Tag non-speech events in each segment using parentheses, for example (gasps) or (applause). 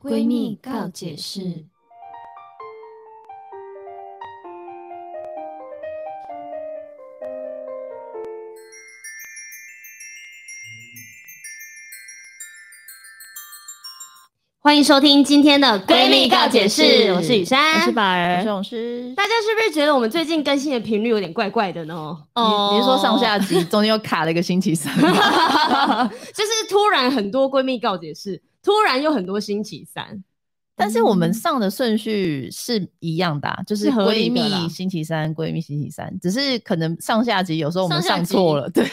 闺蜜告解释。欢迎收听今天的闺蜜告解释，我是雨我珊，是宝儿，总啊是大家是不是觉得我们最近更新的频率有点怪怪的呢？哦你是说上 (laughs) 下集中间又卡了一个星期 (laughs) 三吗，就是突然很多闺蜜告解释，突然有很多星期三， (laughs) 但是我们上的顺序是一样的、啊，就是是合理闺的啦蜜星期三，闺蜜星期三，只是可能上下集有时候我们上下上集错了， (laughs) 对，就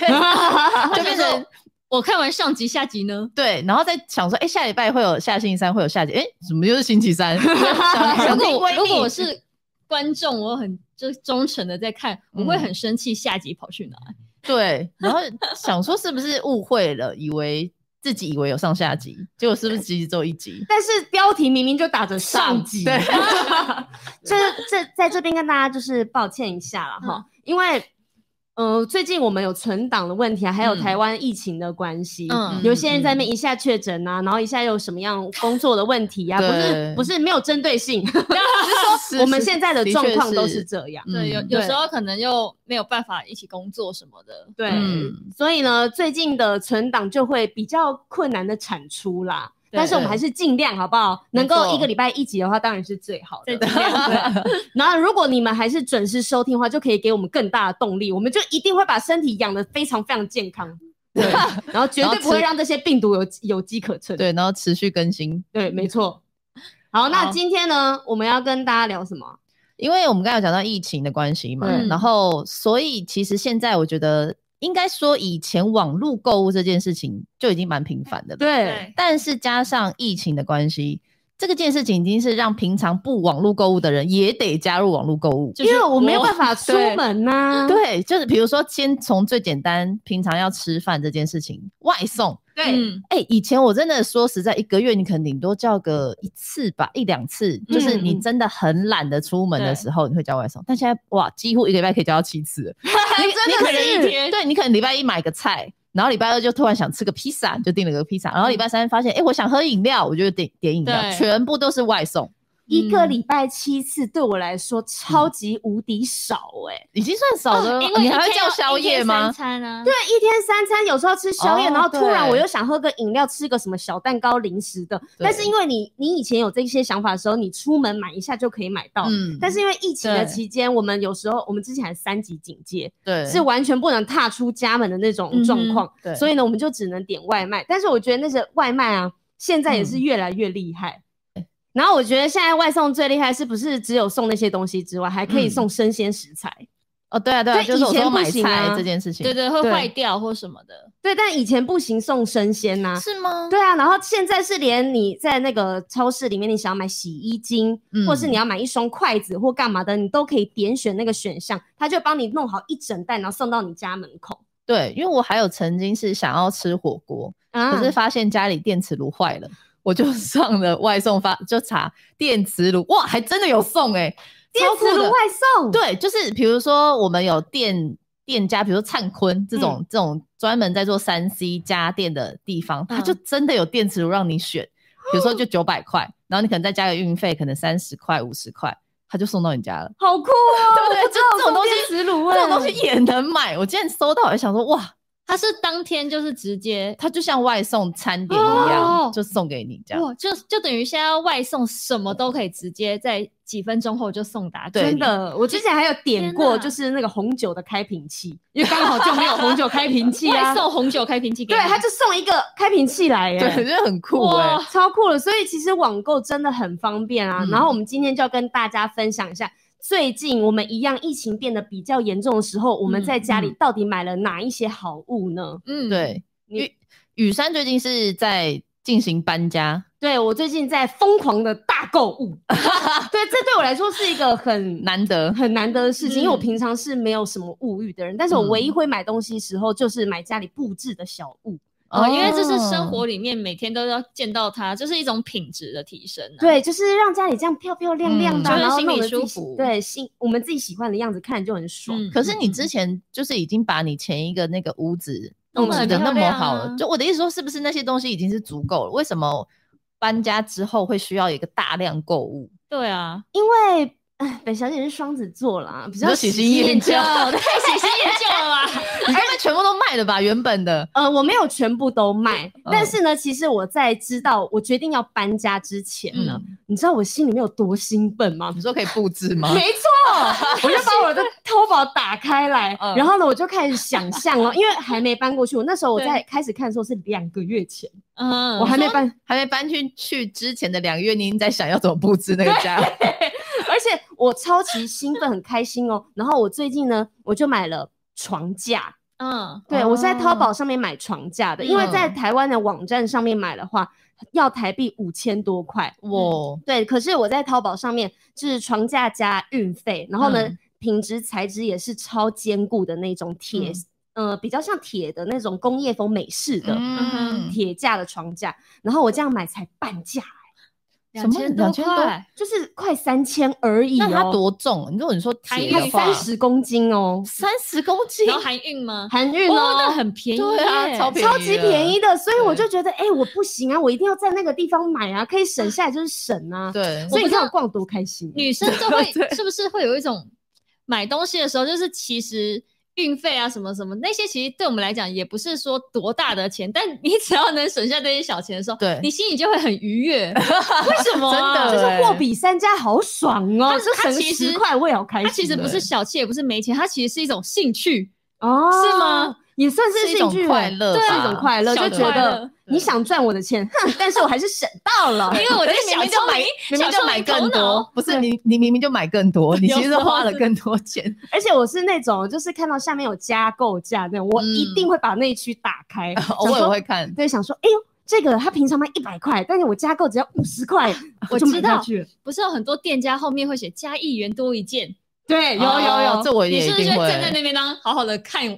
就变变成成我看完上集下集 (laughs) 呢，对，然后再想说，哎、下礼拜会有下星期三会有下集，哎、怎么又是星期三？ (laughs) 想如想听果我闺蜜如果我是观众，我很就是忠诚的在看，我嗯会很生气下集跑去哪。对，然后想说是不是误会了，以为自己以为有上下集，结果是不是其实只有一集？但是标题明明就打着上集， (laughs) 对这这在这边跟大家就是抱歉一下嗯了哈，因为呃最近我们有存档的问题啊，还有嗯台湾疫情的关系，嗯有些人在那边一下确诊啊，然后一下又有什么样工作的问题啊，不是对不是没有针对 (laughs) 性， (laughs) 是我们现在的的确状况都是是这样。对，有嗯有对时候可能又没有办法一起工作什么的。对，嗯所以呢，最近的存档就会比较困难的产出啦。对但是我们还是尽量好不好？能没够错一个礼拜一集的话，当然是最好的。再尽量然后，如果你们还是准时收听的话，就可以给我们更大的动力，我们就一定会把身体养得非常非常健康， (laughs) 对然后绝然后对吃不会让这些病毒有有机可乘。对，然后持续更新，对，没错。好，那好今天呢，我们要跟大家聊什么？因为我们刚才有讲到疫情的关系嘛，嗯然后所以其实现在我觉得应该说以前网络购物这件事情就已经蛮频繁的了，对对，但是加上疫情的关系，这个件事情已经是让平常不网络购物的人也得加入网络购物。就因是为我没有办 (laughs) 法出对门呐、对，就是比如说，先从最简单，平常要吃饭这件事情，外送。对 (laughs) 嗯，哎、以前我真的说实在，一个月你可能顶多叫个一次吧，一两次，就是你嗯真的很懒得出门的对时候，你会叫外送。但现在哇，几乎一个礼拜可以叫到七次了，你你真的可能是一天，对你可能礼拜一买个菜，然后礼拜二就突然想吃个披萨，就订了个披萨，然后礼拜三发现哎、诶我想喝饮料，我就点点饮料，嗯对全部都是外送，一个礼拜七次，对我来说超级无敌少哎、已经算少的了。哦因为哦你一还会天有叫宵一天夜吗三？餐啊，对，一天三餐，有时候吃宵夜，哦然后突然对我又想喝个饮料，吃个什么小蛋糕、零食的。但是因为你，你以前有这些想法的时候，你出门买一下就可以买到。嗯但是因为疫情的对期间，我们有时候我们之前还三级警戒，对嗯是完全不能踏出家门的那种状况，对所以呢，我们就只能点外卖。但是我觉得那些外卖啊，现在也是嗯越来越厉害。然后我觉得现在外送最厉害，是不是只有送那些东西之外，还可以嗯送生鲜食材？哦，对啊，对啊，对就是我以前说不买行菜啊这件事情，对对，会对坏掉或什么的。对，但以前不行送生鲜呐、是吗？对啊，然后现在是连你在那个超市里面，你想要买洗衣精，嗯或是你要买一双筷子或干嘛的，你都可以点选那个选项，他就帮你弄好一整袋，然后送到你家门口。对，因为我还有曾经是想要吃火锅，啊可是发现家里电磁炉坏了，我就上了外送发， (laughs) 就查电磁炉，哇，还真的有送哎、欸，电超酷磁炉的外送，，对，就是比如说我们有店店家，比如说灿坤这嗯种、这种专门在做三 C 家电的地方，嗯它就真的有电磁炉让你选，比如 (gasps) 说就九百块，然后你可能再加个运费，可能三十块、五十块，它就送到你家了。好酷哦！对不对我不知道就这种送东西电磁炉、这欸，种东西也能买，我今天收到，我就想说哇，它是当天就是直接它就像外送餐点一样，哦就送给你这样。哇，就就等于现在外送什么都可以直接在几分钟后就送达，对真的，我之前还有点过，天哪就是那个红酒的开瓶器，因为刚好就没有红酒开瓶器啊外。送红酒开瓶器给对，你，他就送一个开瓶器来耶、对，就很酷哎、哇超酷了！所以其实网购真的很方便啊。嗯然后我们今天就要跟大家分享一下，最近我们一样疫情变得比较严重的时候，我们在家里到底买了哪一些好物呢？嗯，对，你雨雨山最近是在进行搬家，对我最近在疯狂的大购 (laughs) 物，对，这对我来说是一个很难得。很难得的事情，嗯因为我平常是没有什么物欲的人，但是我唯一会买东西的时候就是买家里布置的小物。哦，因为这是生活里面每天都要见到它，这是一种品质的提升、啊。，对，就是让家里这样漂漂亮亮的，啊嗯然后就是心里弄得自己舒服对，心我们自己喜欢的样子，看着就很爽。嗯可是你之前就是已经把你前一个那个屋子嗯弄得那很漂么亮啊好了，就我的意思说，是不是那些东西已经是足够了？为什么搬家之后会需要一个大量购物，对啊，因为哎，本小姐是双子座啦，比较你说喜新 (laughs) 厌旧太喜新 (laughs) 厌旧了吧？你该不会全部都卖了吧？原本的，呃，我没有全部都卖，嗯但是呢，其实我在知道我决定要搬家之前呢，嗯你知道我心里面有多兴奋吗？你说可以布置吗？没 (laughs) 错，我就把我的淘宝打开来，啊嗯然后呢，我就开始想象哦，因为还没搬过去，我那时候我对在开始看的时候是两个月前，嗯，我还没搬，还没搬进去之前的两个月，你已经在想要怎么布置那个家，而且我超级兴奋，很开心哦。然后我最近呢，我就买了床架，嗯，对、我是在淘哦宝上面买床架的，因为在嗯台湾的网站上面买的话，要台币五千多块。哇，对，可是我在淘宝上面就是床架加运费，然后呢，嗯品质材质也是超坚固的那种铁，呃，比较像铁的那种工业风美式的嗯，铁架的床架，然后我这样买才半价，欸什么2000多2000多块，就是快三千而已、哦。那嗯它多重？你说你说铁才的话三，十公斤哦，三十公斤然，后含运吗？含运哦，那哦。很便宜耶，对啊，超便宜，超级便宜，的，所以我对就觉得，哎、我不行啊，我一定要在那个地方买啊， (laughs) 可以省下来就是省啊。 (laughs) 对，所以你看我不知道我逛多开心。(laughs) 女生就会是不是会有一种买东西的时候，就是其实运费啊什么什么那些，其实对我们来讲也不是说多大的钱，但你只要能省下这些小钱的时候， (laughs) 对你心里就会很愉 (laughs) 悦。为什么啊、真就的是货比三家，好爽哦！它就它省其实十块，我也好开心。它其实不是对小气，也不是没钱，它其实是一种 (laughs) 兴趣，哦，是吗？也算是一兴种趣快吧乐对，吧是一种快乐，小就觉快得乐你想赚我的钱， (laughs) 哼，但是我还是省到了。因为我在明小明就聪买明，，明明小就聪买明头更多脑，不是你，你明明就买更多，你其实有时候花了是更多 (laughs) 钱。而且我是那种，就是看到下面有加购价那种，我一嗯定会把那一区打 (laughs) 开，想偶尔说会看，对，想说，哎呦，这个他平常卖一百块，但是我加购只要五十块， (laughs) 我就买知下道去了不是有很多店家后面会写加一元多一件，对，有有哦有，这我你也是一不是就定会会。站在那边当好好的看？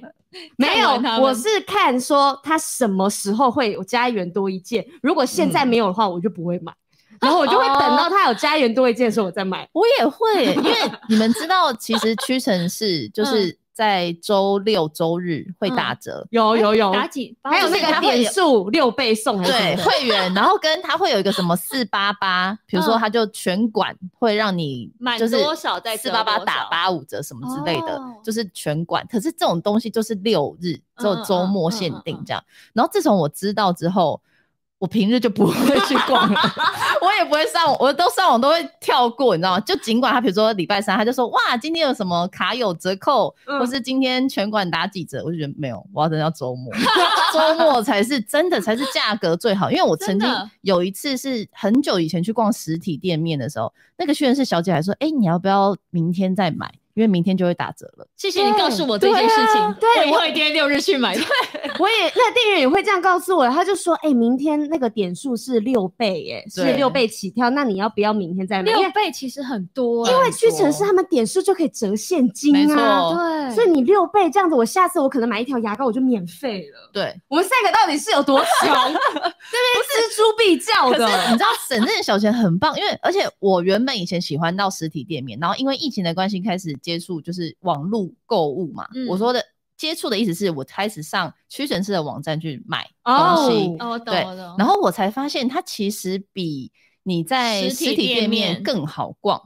没有看完他，们我是看说他什么时候会有加一元多一件，如果现在没有的话，我就不会买，然后我就会等到他有加一元多一件的时候我再买。我也会，因为你们知道，其实屈臣氏 (laughs) 嗯就是在周六周日会打折，有有有，打几？还有那就是个它会点有数六倍送还是什对么的，会员，然后跟它会有一个什么四八 (laughs) 八，比如说它就全馆会让你嗯满就是多少再折四八八多打少八五折什么之类的哦，嗯就是全馆。可是这种东西就是六日，只有周末限定这样。然后自从我知道之后。我平日就不会去逛了，我也不会上网，我都上网都会跳过，你知道吗？就尽管他比如说礼拜三，他就说哇，今天有什么卡有折扣，嗯或是今天全馆打几折，我就觉得没有，我要等到周末， (laughs) 周末才是真的才是价格最好。因为我曾经真的有一次是很久以前去逛实体店面的时候，那个屈臣氏小姐还说，哎、你要不要明天再买？因为明天就会打折了。谢谢你告诉我这件事情，对啊对我以后一定会六日去买。我也那店员也会这样告诉我，他就说，哎、明天那个点数是六倍、耶，是对六倍起跳，那你要不要明天再买？因为六倍其实很多、因欸，为屈臣氏他们点数就可以折现金没啊，错，对，所以你六倍这样子，我下次我可能买一条牙膏我就免费了。对。我们三个到底是有多 (laughs) 穷？这边锱铢必较可哦是你的，知道省这些小钱很棒，因为而且我原本以前喜欢到实体店面，然后因为疫情的关系开始接触就是网络购物嘛。嗯我说的接触的意思是我开始上屈臣氏的网站去买东西，哦哦，我懂，对我懂。然后我才发现它其实比你在实实体体店店面面更好逛，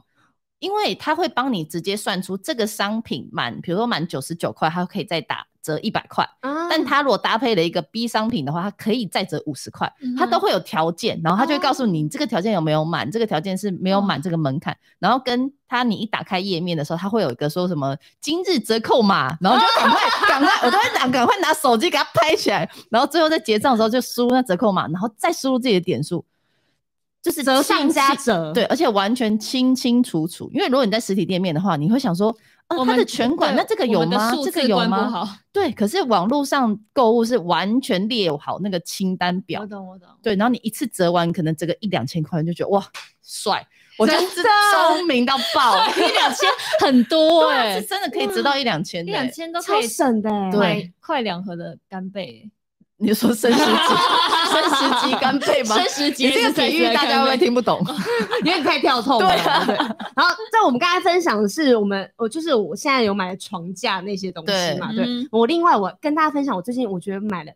因为它会帮你直接算出这个商品满，比如说满九十九块，它可以再打折一百块。嗯但它如果搭配了一个 B 商品的话，它可以再折五十块，它嗯哼哦都会有条件，然后它就会告诉你你这个条件有没有满，这个条件是没有满这个门槛，然后跟它你一打开页面的时候，它会有一个说什么今日折扣码，然后就赶 (laughs) 快赶快，我都会拿赶快拿手机给它拍起来，然后最后在结账的时候就输入那折扣码，然后再输入自己的点数，就是折上清加晰折，对，，而且完全清清楚楚。因为如果你在实体店面的话，你会想说，啊，我它们的全馆对那这个有我们的吗数？这个字有观不吗？好对，可是网络上购物是完全列好那个清单表我，懂，我懂。对，然后你一次折完，可能折个一两千块，你就觉得哇，帅，我真真的是聪明到爆，一两千很多 (laughs) 对哎、啊，是真的可以折到一两千一的两欸。千都可超以省的、欸。对买快两盒的干贝、你说生食鸡，生食鸡干贝吗？生食你节这个比喻大家会不会听不懂？有点太跳痛了。对啊对。然后在我们刚才分享的是我们，我就是我现在有买床架那些东西嘛，对。对嗯我另外我跟大家分享，我最近我觉得买了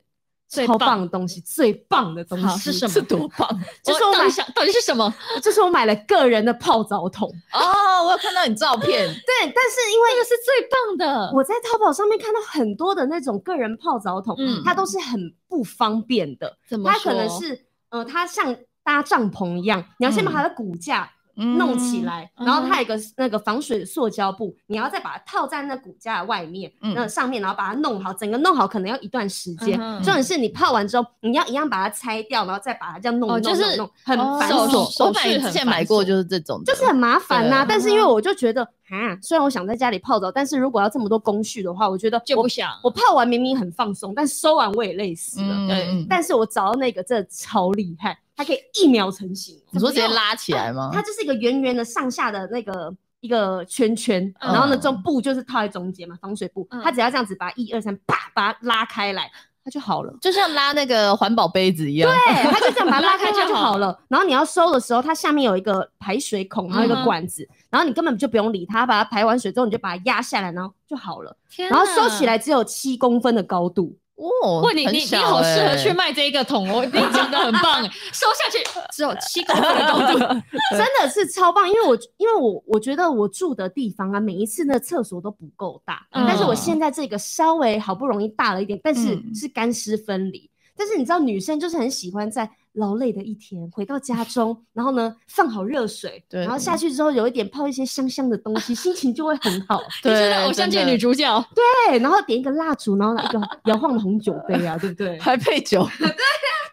最超棒棒的东西，最棒的东好西是什么 (laughs) 是多棒就是我我到买底，想到底是什么？就是我买了个人的泡澡桶。哦！我有看到你照片，对，但是因为这个是最棒的。 (laughs) 我在淘宝上面看到很多的那种个人泡澡桶，嗯它都是很不方便的，怎么它可能说是呃，它像搭帐篷一样，你要先把嗯它的骨架嗯弄起，来，嗯然后它有一个那个防水塑胶布，你要再把它套在那骨架的外面，嗯那上面，然后把它弄好，整个弄好可能要一段时间。嗯哼重点是你泡完之后，你要一样把它拆掉，然后再把它这样弄哦弄就弄是弄，很哦繁手琐，手我续买很之前繁买过琐就是这种的，就是很麻烦呐、对啊但是嗯因为我就觉得啊，虽然我想在家里泡澡，但是如果要这么多工序的话，我觉得就我不想我泡完明明很放松，但收完我也累死了。嗯对嗯但是我找到那个真的超厉害，它可以一秒成型。你说直接拉起来吗？。它就是一个圆圆的上下的那个一个圈圈，嗯然后呢，这种布就是套在中间嘛，防水布。嗯它只要这样子把一二三啪把它拉开来，它就好 (laughs) 了就像拉那个环保杯子一样，对，它就这样把它拉开拉开它就就好好了。然后你要收的时候，它下面有一个排水孔，然后一嗯个哼管子，然后你根本就不用理它，把它排完水之后，你就把它压下来，然后就好了。天然后收哪起。来只有七公分的高度，哦，哇，你很你你小好适合欸去卖这一个桶哦，你讲的很 (laughs) 棒哎，收下去只有七公分的高度， (laughs) 真的是超棒。因为我因为我我觉得我住的地方啊，每一次那厕所都不够大，嗯但是我现在这个稍微好不容易大了一点，但是嗯是干湿分离。但是你知道，女生就是很喜欢在劳累的一天回到家中，然后呢放好热水，对然后下去之后有一点泡一些香香的东西，心情就会很好。 (laughs) 你是那 (laughs) 对偶像真剧的女主角，对，然后点一个蜡烛，然后拿一个摇晃的红酒杯啊，对不 (laughs) 对？还配酒，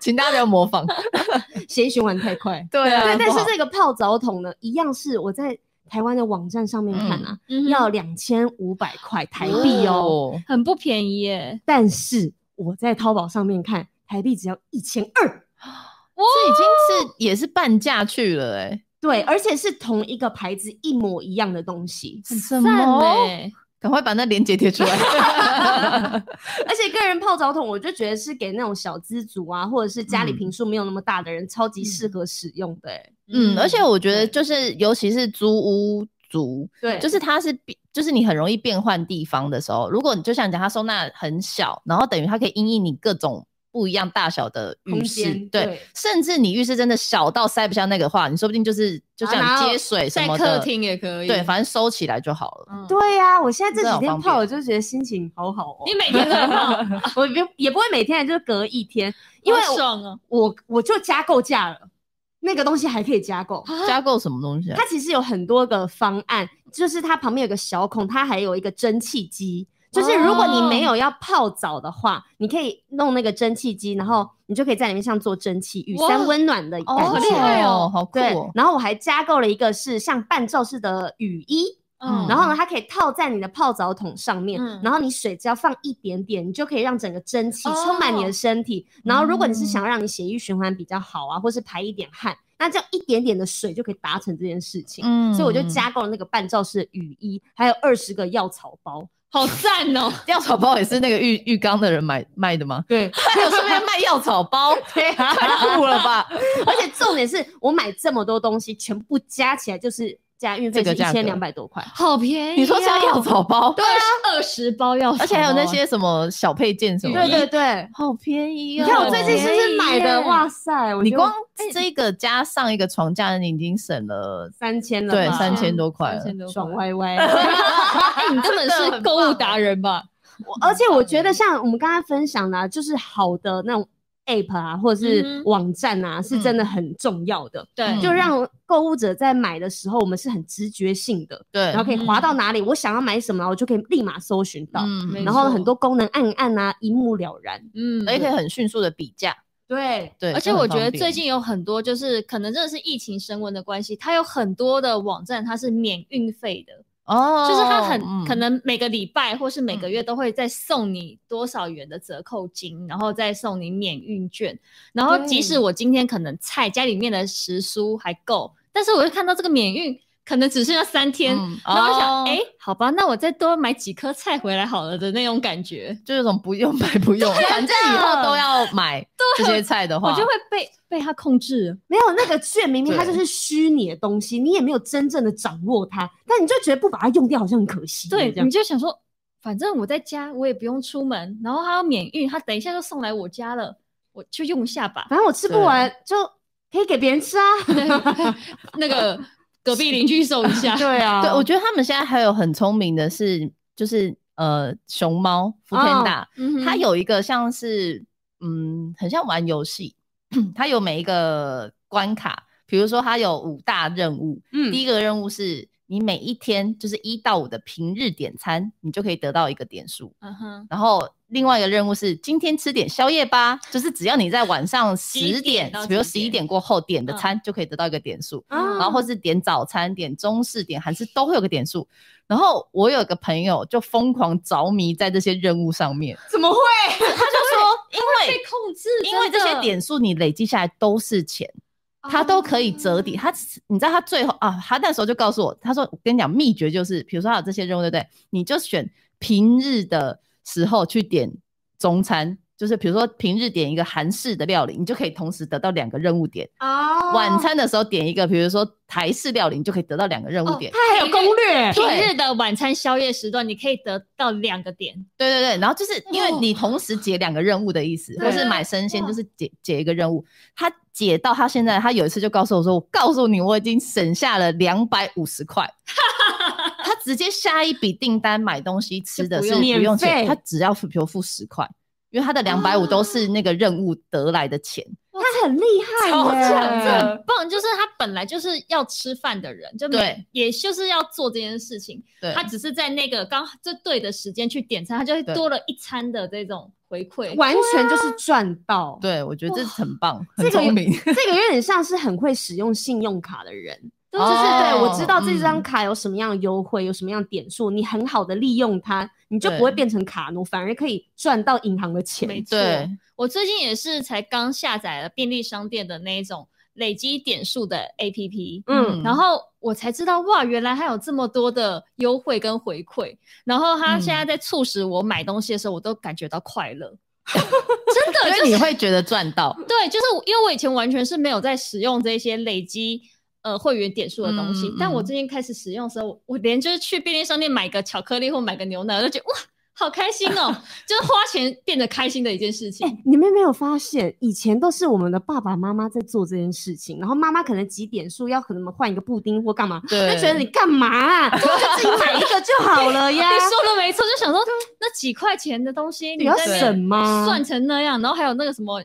请大家不要模仿。血液循环太快。对啊，对，但不是好这个泡澡桶呢，一样是我在台湾的网站上面看啊，嗯哼要两千五百块台币哦。很不便宜耶，但是我在淘宝上面看，台币只要一千二。这已经是也是半价去了哎、对，而且是同一个牌子一模一样的东西，什赞？哦哎，欸赶快把那链接贴 (laughs) 出来。而且个人泡澡桶，我就觉得是给那种小资族啊，或者是家里嗯平数没有那么大的人，超级适合使用的、欸。嗯，而且我觉得就对是尤其是租屋族，对，就是它是变，就是你很容易变换地方的时候，如果你就像你讲，它收纳很小，然后等于它可以因应你各种不一样大小的浴空室间，对，对甚至你浴室真的小到塞不下那个话，你说不定就是就啊然像后接水什在么客的，厅也可以，对，反正收起来就好了。嗯，对呀、我现在这这好几天方便泡，我就觉得心情好好哦。你每天都在泡， (laughs) 我也不也不会每天，就是隔一天，因为好我爽哦，我我就加购价了，那个东西还可以加购。加购什么东西啊它？其实有很多个方案，就是它旁边有个小孔，它还有一个蒸汽机。就是如果你哦没有要泡澡的话，你可以弄那个蒸汽机，然后你就可以在里面像做蒸汽浴，哇三温暖的哦感好觉。厉害哦好酷对哦，！然后我还加购了一个是像半罩式的雨衣，嗯，然后呢，它可以套在你的泡澡桶上面，嗯然后你水只要放一点点，你就可以让整个蒸汽哦嗯充满你的身体。然后，如果你是想让你血液循环比较好啊，或是排一点汗，那这样一点点的水就可以达成这件事情。嗯所以我就加购了那个半罩式的雨衣，还有二十个药草包。好赞 (laughs) 哦，药草包也是那个浴浴缸的人买卖的吗？对， (laughs) 还有顺便卖药草包，对啊， (laughs) 太酷了哎吧！而且重点是我买这么多东西，全部加起来就是加运费这是个一价格千两百多块。好便宜哦，你说 (laughs) 像药草包，对啊，二十包哦药草，啊而且还有那。些什么小配件什么的，对对对，好便宜你哦！看我最近是不是买便宜的？耶哇塞，我你就光哎这个加上一个床架，你已经省了三千了吧，对三千嗯多块了三，千多爽块，歪歪。 (laughs) (laughs) 哎你根本是购物达人吧？我而且我觉得像我们刚才分享的、啊，就是好的那种 app 啊，或者嗯是哼网站啊，是真的很重要的。对，就嗯让购物者在买的时候，我们是很直觉性的，对然后，可以滑到哪里，我想要买什么，我就可以立马搜寻到，没嗯，然后错很多功能按一按啊，一目了然。嗯，而且可以很迅速的比价，对，哎对，而且这很我觉得方便最近有很多，就是可能真的是疫情升温的关系，它有很多的网站它是免运费的，哦，就是它很、嗯可能每个礼拜或是每个月都会再送你多少元的折扣金，然后再送你免运券。然后即使对我今天可能菜家里面的食蔬还够，但是我就看到这个免运可能只剩下三天，嗯然后我想，哦哎、好吧，那我再多买几颗菜回来好了的那种感觉。就有种不用买不用，反正以后都要 (laughs) 买这些菜的话，我就会被被它控制了，没有那个券，明明它对就是虚拟的东西，你也没有真正的掌握它，但你就觉得不把它用掉好像很可惜。对，这样你就想说，反正我在家，我也不用出门，然后它要免运，它等一下就送来我家了，我就用一下吧。反正我吃不完就可以给别人吃啊。那个隔壁邻居送一下， (laughs) 对啊，对，我觉得他们现在还有很聪明的是，就是呃，熊猫福天大，嗯哼它有一个像是嗯，很像玩游戏，它有每一个关卡，比如说它有五大任务，嗯第一个任务是你每一天就是一到五的平日点餐，你就可以得到一个点数，嗯哼，然后。另外一个任务是今天吃点宵夜吧，就是只要你在晚上十11点点到，比如10十一点嗯过后点的嗯餐，就可以得到一个点数。啊然后或是点早餐、点中式、点韩式都会有个点数。然后我有个朋友就疯狂着迷在这些任务上面，怎么会？他就说，因被为控制，因为这真的些点数你累积下来都是钱，他都可哦以折抵。他你知道他最后啊，他那时候就告诉我，他说我跟你讲秘诀就是，比如说他有这些任务，对不对？你就选平日的时候去点中餐。就是比如说平日点一个韩式的料理，你就可以同时得到两个任务点。啊晚餐的时候点一个，比如说台式料理，你就可以得到两个哦任务点。他还有攻略，平对日的晚餐、宵夜时段，你可以得到两个点。对对对，然后就是因为哦你同时解两个任务的意思，对嗯或是买生鲜哇就是解解一个任务。他解到他现在，他有一次就告诉我说：“我告诉你，我已经省下了两百五十 (laughs) 块。”他直接下一笔订单买东西吃的是就不不用用免钱，费啊他只要付比如付十块，因为他的两百五都是那个任务得来的钱。他很厉害耶，超强这很棒，就是他本来就是要吃饭的人，就对，也就是要做这件事情。对，他只是在那个刚这对的时间去点餐，他就会对多了一餐的这种回馈。完全就是赚到。对我觉得这哇很棒，这很个聪明。 (laughs) 这个有点像是很会使用信用卡的人，就就是哦对我知道这张嗯卡有什么样的优惠，有什么样的点数，你很好的利用它，你就对不会变成卡奴，反而可以赚到银行的钱。没错对，我最近也是才刚下载了便利商店的那一种累积点数的 APP，嗯嗯然后我才知道哇，原来还有这么多的优惠跟回馈。然后它现在嗯在促使我买东西的时候，我都感觉到快 (laughs) 乐。真的，因为你会觉得赚到。对，就是我因为我以前完全是没有在使用这些累积呃会员点数的东西，嗯但我嗯最近开始使用的时候，我我连就是去便利商店买个巧克力或买个牛奶，我就觉得哇，好开心 (laughs) 哦，就是花钱变得开心的一件事情。。哎、你们没有发现，以前都是我们的爸爸妈妈在做这件事情，然后妈妈可能几点数要可能换一个布丁或干嘛，对，就 (laughs) 觉得你干嘛、啊，就自己买一个就好了呀 (laughs) 你说的没错，就想说那几块钱的东西，你你要在那边省吗？算成那样，然后还有那个什么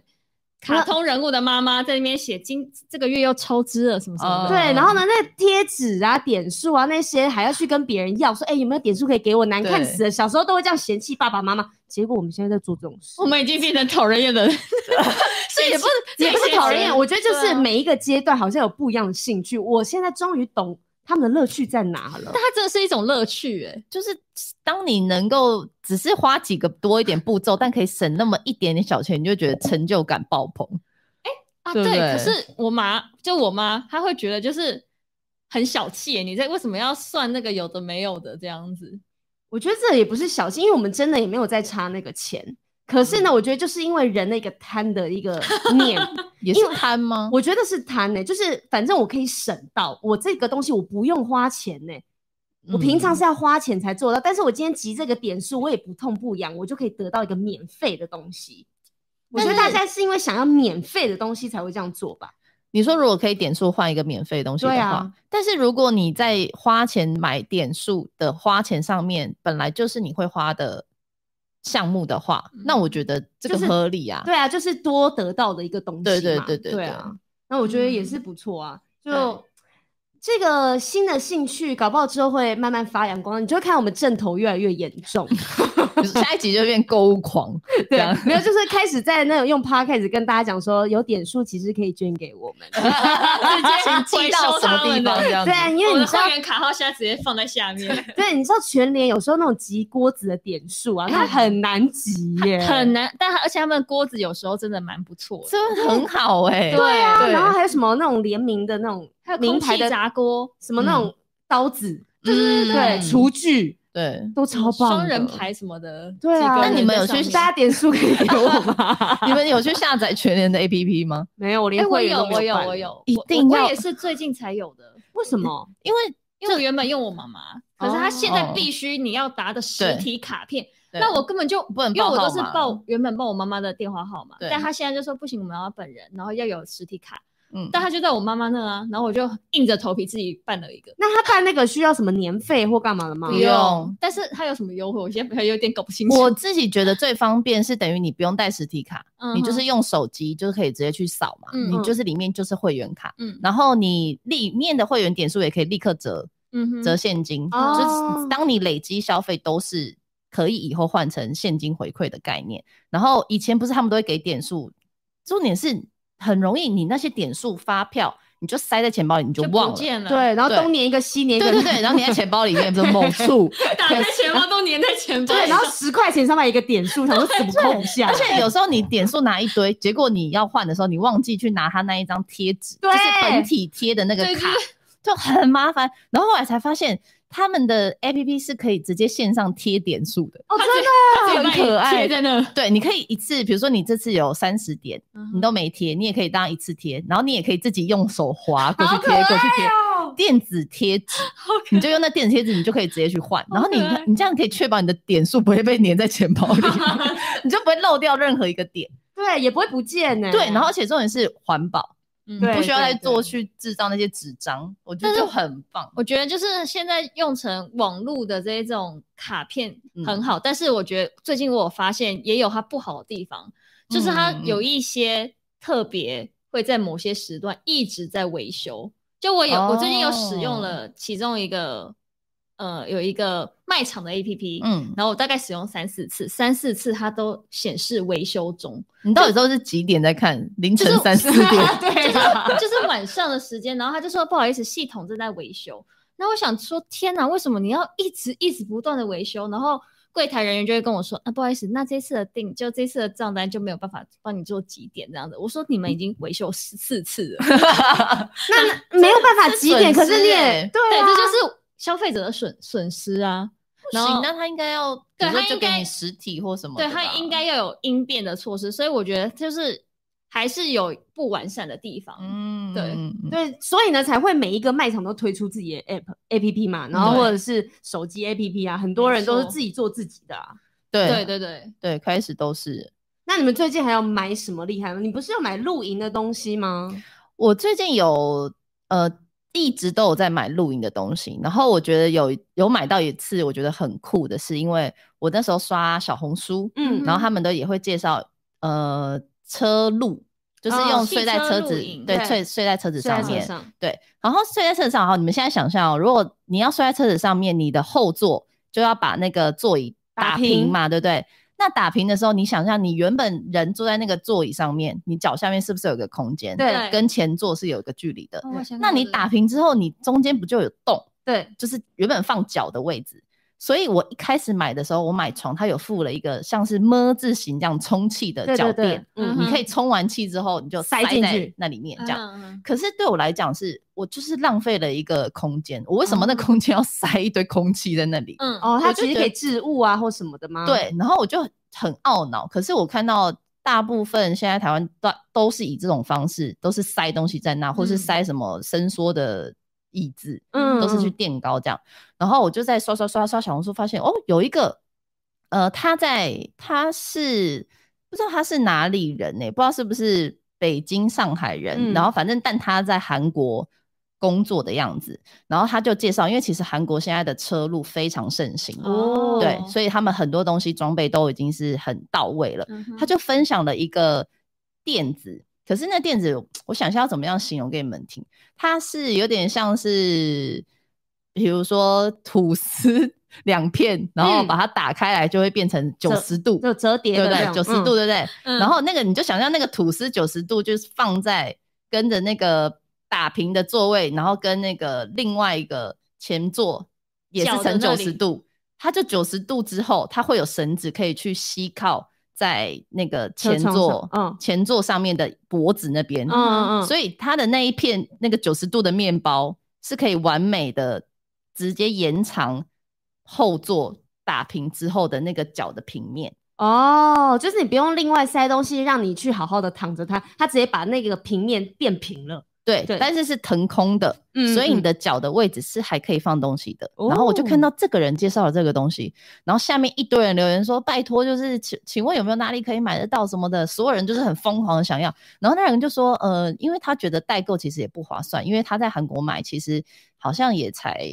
卡通人物的妈妈在那边写今这个月又超支了什么什么的。对，然嗯后呢，那贴纸啊、点数啊那些，还要去跟别人要，说，哎、有没有点数可以给我？难看对死了，小时候都会这样嫌弃爸爸妈妈，结果我们现在在做这种事 (laughs) 我。们已经变成讨人厌的人，所以也不也不是讨人厌，我觉得就对是啊每一个阶段好像有不一样的兴趣。我现在终于懂他们的乐趣在哪了但。它真的是一种乐趣哎、就是当你能够只是花几个多一点步骤，但可以省那么一点点小钱，你就觉得成就感爆棚。啊，对不对可是我妈就我妈，她会觉得就是很小气欸耶，你在为什么要算那个有的没有的这样子？我觉得这也不是小气，因为我们真的也没有在差那个钱。可是呢，嗯我觉得就是因为人的一个贪的一个念，也是贪吗？我觉得是贪呢、就是反正我可以省到，我这个东西我不用花钱呢、欸我平常嗯是要花钱才做到，但是我今天集这个点数，我也不痛不痒，我就可以得到一个免费的东西。我觉得大但是家是因为想要免费的东西才会这样做吧？你说如果可以点数换一个免费的东西的对话，啊但是如果你在花钱买点数的花钱上面本来就是你会花的项目的话，嗯那我觉得这个就是合理啊。对啊，就是多得到的一个东西嘛。对对对对对啊，那我觉得也嗯是不错啊。对就这个新的兴趣，搞不好之后会慢慢发扬光大，你就会看我们正头越来越严重。就是下一集就变购物狂，这对样，没有，就是开始在那种用 p 开始跟大家讲说，有点数其实可以捐给我们。请寄到什么地方这样子对啊，因为我你的知道会员卡号现在直接放在下面，对，你知道全联有时候那种集锅子的点数啊，它很难集耶，很难。但而且他们锅子有时候真的蛮不错的，真的很好哎、对啊。对然后还有什么那种联名的那种还有名空牌气的炸嗯锅、什么那种刀子，对对对，厨具嗯对，都超棒，嗯双人。牌什么的。对啊，那你们有去就是大家点数可以给我吗？ (laughs) 你们有去下载全联的 APP 吗？没有，我哎，连我会员有，都我没有，办我，有，一我定我要也是最近才有的，为什么？因为 (laughs) 因为我原本用我妈妈，可是她现在必须你要打的实体卡片，那我根本就不能因为我报都号是码报原本报我妈妈的电话号码，对但她现在就说不行，我们要本人，然后要有实体卡，嗯，但她就在我妈妈那啊，然后我就硬着头皮自己办了一个。那他办那个需要什么年费或干嘛的吗不？用，但是她有什么优惠，我现在还有点搞不清楚。我自己觉得最方便是等于你不用带实体卡，嗯你就哼是用手机就可以直接去扫嘛，嗯你嗯就是里面就是会员卡，嗯然后你里面的会员点数也可以立刻折嗯哼折现金，哦就是当你累积消费都是可以以后换成现金回馈的概念。然后以前不是他们都会给点数，重点是很容易你那些点数发票你就塞在钱包里你就就忘不了。见了，，对，然后对东年一个西年一个，对对对，然后你在钱包里 (laughs) 面就某处，打在钱包都粘在钱包对，然上，后十块钱上面一个点数，想说怎么扣不下？而且有时候你点数拿一堆，结果你要换的时候，你忘记去拿他那一张贴纸，对就是本体贴的那个对就卡是，就很麻烦。然后后来才发现，他们的 A P P 是可以直接线上贴点数的，哦，真的它很嘴巴也可爱贴在那，对，你可以一次，比如说你这次有三十点，你都没贴，你也可以当一次贴，然后你也可以自己用手滑过去好可贴，过去贴。哦，电子贴纸，你就用那电子贴纸，你就可以直接去换，然后 (laughs) 你好可爱你这样可以确保你的点数不会被粘在钱包里，你就不会漏掉任何一个点。对，也不会不见呢。对，然后而且重点是环保，嗯对不需要再做去制造那些纸张，我觉得就很棒。我觉得就是现在用成网络的这一种卡片嗯很好，但是我觉得最近我有发现也有它不好的地方，就是它嗯嗯嗯有一些特别会在某些时段一直在维修。就我有、我最近有使用哦了其中一个呃有一个卖场的 APP，、嗯，然后我大概使用三四次，三四次它都显示维修中，你到底都是几点在看？凌就晨是三 (laughs) 四点。 (laughs) 对啊就是啦，就是晚上的时间，然后他就说不好意思，系统正在维修。那我想说，天哪，为什么你要一直一直不断的维修？然后柜台人员就会跟我说，啊，不好意思，那这次的订就这次的账单就没有办法帮你做几点这样子。我说你们已经维修十四次了，那没有办法几点，这可是是你也损失欸对对，啊这就是消费者的损损失啊。然后行，那他应该要，比对如说他就应该给你实体或什么对的吧。他应该要有应变的措施，所以我觉得就是还是有不完善的地方。嗯，对嗯，嗯对，所以呢才会每一个卖场都推出自己的 app A P P 嘛，然后对或者是手机 A P P 啊，很多人都没是错自己做自己的啊。对对对对，对，开始都是。那你们最近还有买什么厉害吗？你不是有买露营的东西吗？我最近有呃一直都有在买露营的东西，然后我觉得有有买到一次我觉得很酷的是，因为我那时候刷小红书，嗯嗯，然后他们都也会介绍呃车路，就是哦用汽睡在车车露子，营对，对睡睡在车子睡在上车面，上，对。然后睡在车子上，好，你们现在想象哦，如果你要睡在车子上面，你的后座就要把那个座椅打打平平嘛，对不对？那打平的时候，你想象你原本人坐在那个座椅上面，你脚下面是不是有一个空间？对跟前座是有一个距离的。哦我想那到你了打平之后，你中间不就有洞？对，就是原本放脚的位置。所以我一开始买的时候，我买床它有附了一个像是么字形这样充气的对脚对垫，对，嗯嗯你哼可以充完气之后你就塞塞进在去那里面这样。嗯嗯可是对我来讲是，我就是浪费了一个空间。我为什嗯么那空间要塞一堆空气在那里？嗯哦，它我就其实觉可以得置物啊或什么的吗？，对，然后我就很懊恼。可是我看到大部分现在台湾都都是以这种方式，都是塞东西在那，或是嗯塞什么伸缩的椅子，嗯都是去嗯垫高这样。然后我就在刷刷刷刷小红书，发现哦，有一个，呃，他在他是不知道他是哪里人呢、不知道是不是北京、上海人，嗯然后反正但他在韩国。工作的样子，然后他就介绍，因为其实韩国现在的车路非常盛行，哦对，所以他们很多东西装备都已经是很到位了。嗯哼他就分享了一个垫子，可是那垫子我想一下要怎么样形容给你们听，它是有点像是，比如说吐司两片，然后嗯把它打开来就会变成九十度，就折叠对的不这对？样九十度，，对不对？嗯然后那个你就想象那个吐司九十度就是放在跟着那个打平的座位，然后跟那个另外一个前座也是脚的成那九里十度，它就九十度之后，它会有绳子可以去吸靠在那个前车窗座上，嗯前座上面的脖子那边，嗯嗯嗯，所以它的那一片那个九十度的面包是可以完美的直接延长后座打平之后的那个脚的平面。哦，就是你不用另外塞东西，让你去好好的躺着它，它直接把那个平面变平了。对，对但是是腾空的，嗯所以你嗯哦的脚的位置是还可以放东西的。然后我就看到这个人介绍了这个东西，然后下面一堆人留言说：“拜托，就是请请问有没有哪里可以买得到什么的？”所有人就是很疯狂的想要。然后那人就说：“呃，因为他觉得代购其实也不划算，因为他在韩国买其实好像也才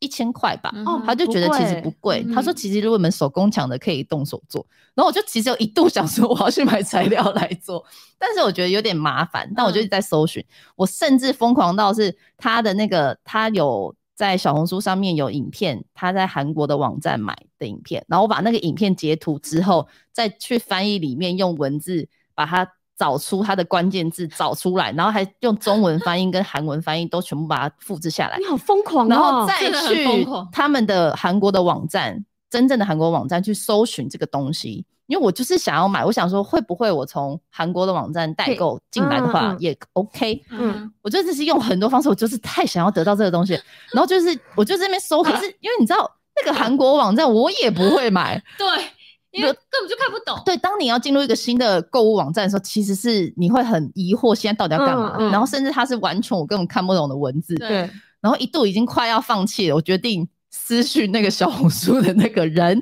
一千块吧。嗯哦哼他就觉得其实不贵，他说嗯其实如果你们手工强的可以动手做，然后我就其实有一度想说我要去买材料来做，但是我觉得有点麻烦，但我就一直在搜寻，我甚至疯狂到是他的那个他有在小红书上面有影片，他在韩国的网站买的影片，然后我把那个影片截图之后，再去翻译里面用文字把它。找出它的关键字，找出来，然后还用中文翻译跟韩文翻译都全部把它复制下来你，好疯狂哦！然后再真的很疯去狂他们的韩国的网站，真正的韩国网站去搜寻这个东西，因为我就是想要买，我想说会不会我从韩国的网站代购进来的嗯话嗯也 OK。嗯我就只是用很多方式，我就是太想要得到这个 (laughs) 东西了，然后就是我就这边啊搜，可是因为你知道那个韩国网站我也不会买，对，因为根本就看不懂。对，当你要进入一个新的购物网站的时候，其实是你会很疑惑现在到底要干嘛，嗯嗯然后甚至它是完全我根本看不懂的文字，对，然后一度已经快要放弃了，我决定私讯那个小红书的那个人，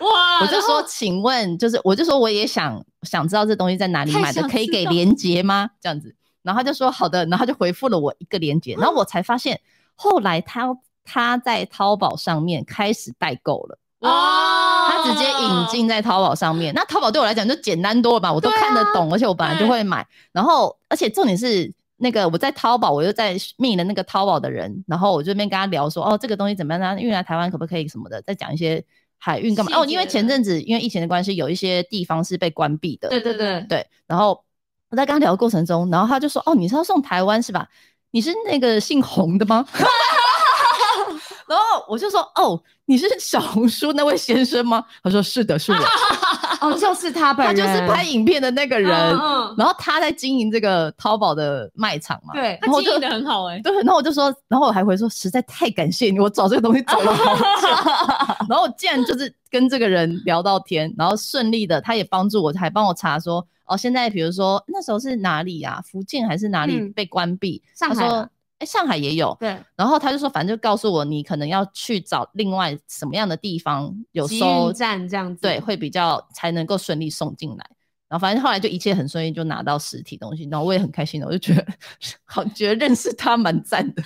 哇我就说，请问，就是我就说我也想想知道这东西在哪里太买的，想可以知给道链接吗？这样子，然后他就说好的，然后他就回复了我一个链接，然后我才发现，后来他他在淘宝上面开始代购了。哇他直接引进在淘宝上面。那淘宝对我来讲就简单多了吧，我都看得啊懂，而且我本来就会买。然后，而且重点是那个我在淘宝，我又在密了那个淘宝的人，然后我就那边跟他聊说，哦，这个东西怎么样啊？运来台湾可不可以什么的？再讲一些海运干嘛？细节哦，因为前阵子因为疫情的关系，有一些地方是被关闭的。对对对，对，然后我在跟他聊的过程中，然后他就说：“哦，你是要送台湾是吧？你是那个姓洪的吗？” (laughs) 然后我就说：“哦，你是小红书那位先生吗？”他说：“是的，是我，哦，就是他本 (laughs) 他人，就是拍影片的那个人。嗯嗯然后他在经营这个淘宝的卖场嘛。对他然后经就营的很好 (laughs) 哎，对，然后我就说，然后我还回说，实在太感谢你，我找这个东西找了好 (laughs) 久。然后我竟然就是跟这个人聊到天，然后顺利的，他也帮助我，还帮我查说，哦，现在比如说那时候是哪里啊？福建还是哪里嗯被关闭？上海啊他说吧，哎，上海也有。对，然后他就说，反正就告诉我，你可能要去找另外什么样的地方有集收运站这样子，对，会比较才能够顺利送进来。然后反正后来就一切很顺利，就拿到实体东西，然后我也很开心的，我就觉得 (laughs) 好觉得认识他蛮赞的。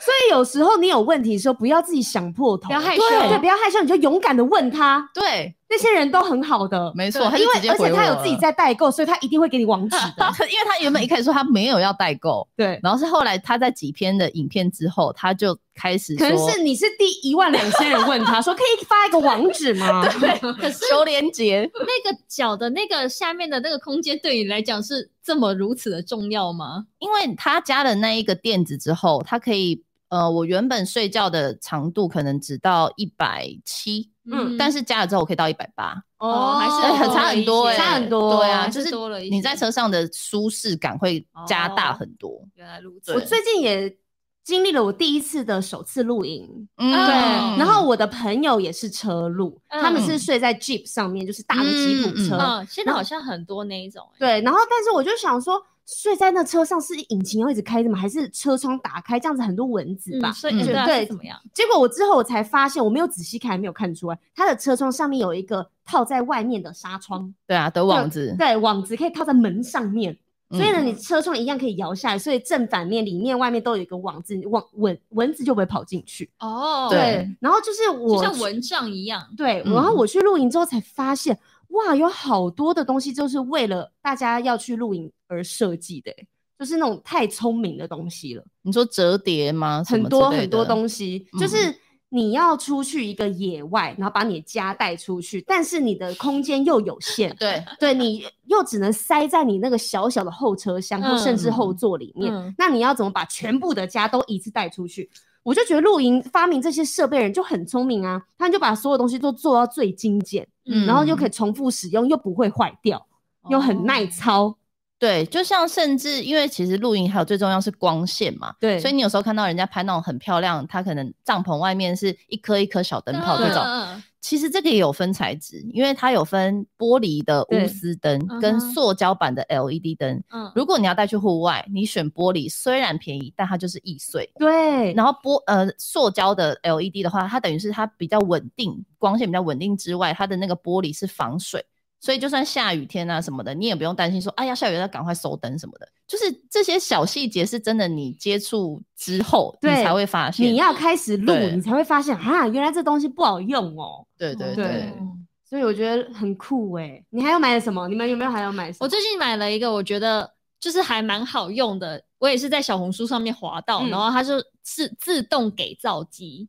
所以有时候你有问题的时候，不要自己想破头，不要害羞对，对不要害羞，你就勇敢的问他。对，那些人都很好的，没错，对他就因直接为而回且他我有自己了。在代购，所以他一定会给你网址 (laughs) 的。因为他原本一开始说他没有要代购，对，然后是后来他在几篇的影片之后，他就开始可说，能是你是第一万两千人问 (laughs) 他说，可以发一个网址吗？ (laughs) 可是求连结，那个脚的那个下面的那个空间对你来讲是这么如此的重要吗？因为他加了那一个垫子之后，他可以呃，我原本睡觉的长度可能只到一百七，嗯但是加了之后我可以到一百八，哦还是对，很多差了一很多、些欸，差很多对啊，还就是多了一些你在车上的舒适感会加大很多。原来如此我最近也经历了我第一次的首次露营，嗯，对对，然后我的朋友也是车路，嗯他们是睡在 Jeep 上面，就是大的吉普嗯车。嗯，现在好像很多那一种欸，对，然后但是我就想说，睡在那车上是引擎要一直开的吗？还是车窗打开这样子很多蚊子嗯吧？所嗯以对啊对是怎么样？结果我之后我才发现，我没有仔细看，还没有看出来，它的车窗上面有一个套在外面的纱窗，对啊，的网子，对，网子可以套在门上面。所以呢，嗯你车窗一样可以摇下来，所以正反面、里面、外面都有一个网子，网蚊蚊子就不会跑进去。哦，对，然后就是我就像去蚊帐一样，对，嗯然后我去露营之后才发现，哇，有好多的东西就是为了大家要去露营而设计的欸、就是那种太聪明的东西了，你说折叠吗？什很么之多类很多的，东西，就是你要出去一个野外，然后把你的家带出去，但是你的空间又有限 (laughs) 对，对你又只能塞在你那个小小的后车厢嗯或甚至后座里面，嗯那你要怎么把全部的家都一次带出去？我就觉得露营发明这些设备人就很聪明啊，他们就把所有东西都做到最精简，嗯然后又可以重复使用，又不会坏掉，又很耐操。哦对，就像甚至因为其实露营还有最重要是光线嘛，对所以你有时候看到人家拍那种很漂亮，它可能帐篷外面是一颗一颗小灯泡这对种，种其实这个也有分材质，因为它有分玻璃的对钨丝灯嗯跟哼塑胶版的 LED 灯。嗯，如果你要带去户外，你选玻璃虽然便宜，但它就是易碎。对，然后玻呃塑胶的 LED 的话，它等于是它比较稳定，光线比较稳定之外，它的那个玻璃是防水，所以就算下雨天啊什么的，你也不用担心说哎呀下雨了要赶快收灯什么的。就是这些小细节是真的，你接触之后你对才会发现。你要开始录，对你才会发现啊，原来这东西不好用哦。对对对对，嗯所以我觉得很酷哎、你还要买什么？你们有没有还要买什么？我最近买了一个，我觉得就是还蛮好用的，我也是在小红书上面滑到，嗯然后它就自自动给皂机，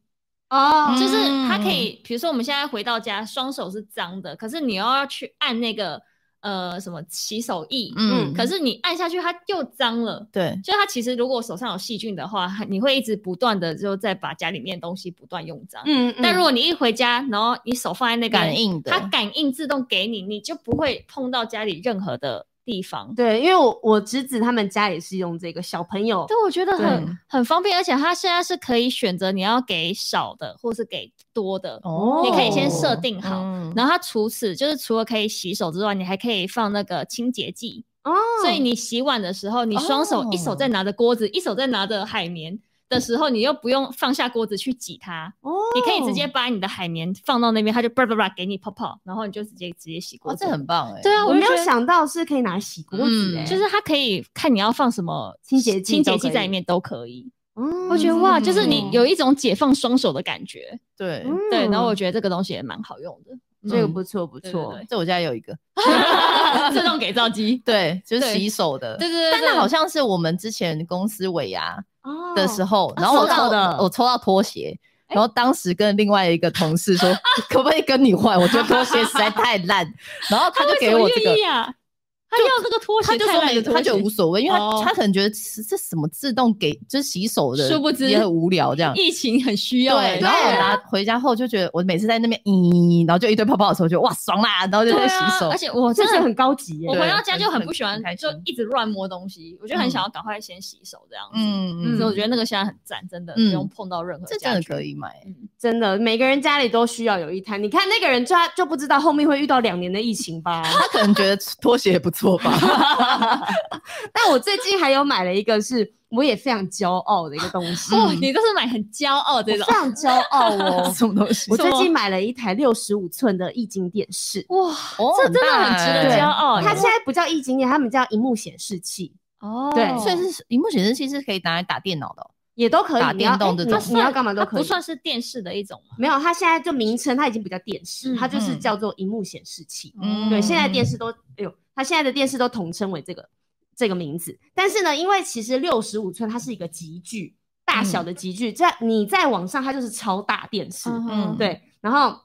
哦，就是它可以，比如说我们现在回到家，双手是脏的，可是你又要去按那个呃什么洗手液，嗯嗯，可是你按下去它又脏了。对就它其实如果手上有细菌的话，它你会一直不断的就在把家里面的东西不断用脏。嗯，但如果你一回家，然后你手放在那边感应的它感应自动给你，你就不会碰到家里任何的地方。对，因为我我侄子他们家也是用这个小朋友，对，我觉得对很很方便，而且它现在是可以选择你要给少的，或是给多的。哦你可以先设定好嗯然后它除此就是除了可以洗手之外，你还可以放那个清洁剂，哦，所以你洗碗的时候，你双手、哦一手在拿着锅子，一手在拿着海绵的时候，你又不用放下锅子去挤它，哦你可以直接把你的海绵放到那边，它就叭叭叭给你泡泡，然后你就直接直接洗锅哇，子。这很棒哎。对啊，我就没有觉得想到是可以拿来洗锅子、欸嗯就是它可以看你要放什么清洁剂都清洁可以剂在里面都可以。嗯我觉得哇，就是嗯你有一种解放双手的感觉，对，嗯对。然后我觉得这个东西也蛮好用的，这个嗯不错不对对错，对这我家有一个，嗯自动给皂机。对，就是对洗手的。对对对，但对那好像是我们之前公司尾牙哦的时候，啊然后抽我到的我抽到拖鞋，然后当时跟另外一个同事说，哎可不可以跟你换？我觉得拖鞋实在太烂，然后他就给我这个他为什么愿意。啊，他要这个拖鞋，他就说没，他觉得无所所谓，因为他哦他可能觉得这这什么自动给就是洗手的，殊不知也很无聊这样。疫情很需要欸，对，然后我拿回家后就觉得，我每次在那边咦，然后就一堆泡泡的时候就哇爽啦，然后就在对洗啊手而。且我这真是的很。高级耶、欸我对回到家就很很不喜欢很开，就心一直乱摸东西，我就很想要赶快先洗手这样子。嗯所以我嗯，觉得那个现在很赞，真的不嗯用碰到任何这真家的具。可以买。真的，每个人家里都需要有一摊。你看那个人就他就不知道后面会遇到两年的疫情 (laughs) 吧。他可能觉得 (laughs) 拖鞋也不错吧。但我最近还有买了一个是我也非常骄傲的一个东西，哦，嗯你都是买很骄傲 (laughs) 这我种非，常骄傲 (laughs) (laughs) 哦。什么东西我最什近么买了一台六十五寸的液晶电视，哇，哦这真的很值很大得哎欸骄傲耶。它现在不叫液晶电，它们叫荧幕显示器，哦，对所以是荧幕显示器是可以拿来打电脑的哦、也都可以。打你要电动哎你这种要算你要干嘛都它可以。不算是电视的一种吗？没有，它现在就名称它已经不叫电视，嗯它就是嗯叫做荧幕显示器。哦嗯对，现在嗯电视都，哎呦，它现在的电视都统称为这个这个名字。但是呢，因为其实六十五寸它是一个极具大小的极具，在、你在网上它就是超大电视，嗯对。然后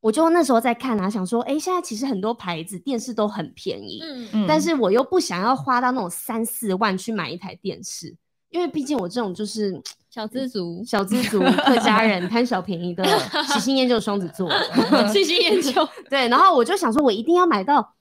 我就那时候在看啊，想说，哎、现在其实很多牌子电视都很便宜，嗯嗯但是我又不想要花到那种三四万去买一台电视。因为毕竟我这种就是小资族小资族、客家人、贪小便宜的喜新厌旧双子 (laughs) 座， (laughs) 细心研究，对，然后我就想说，我一定要买到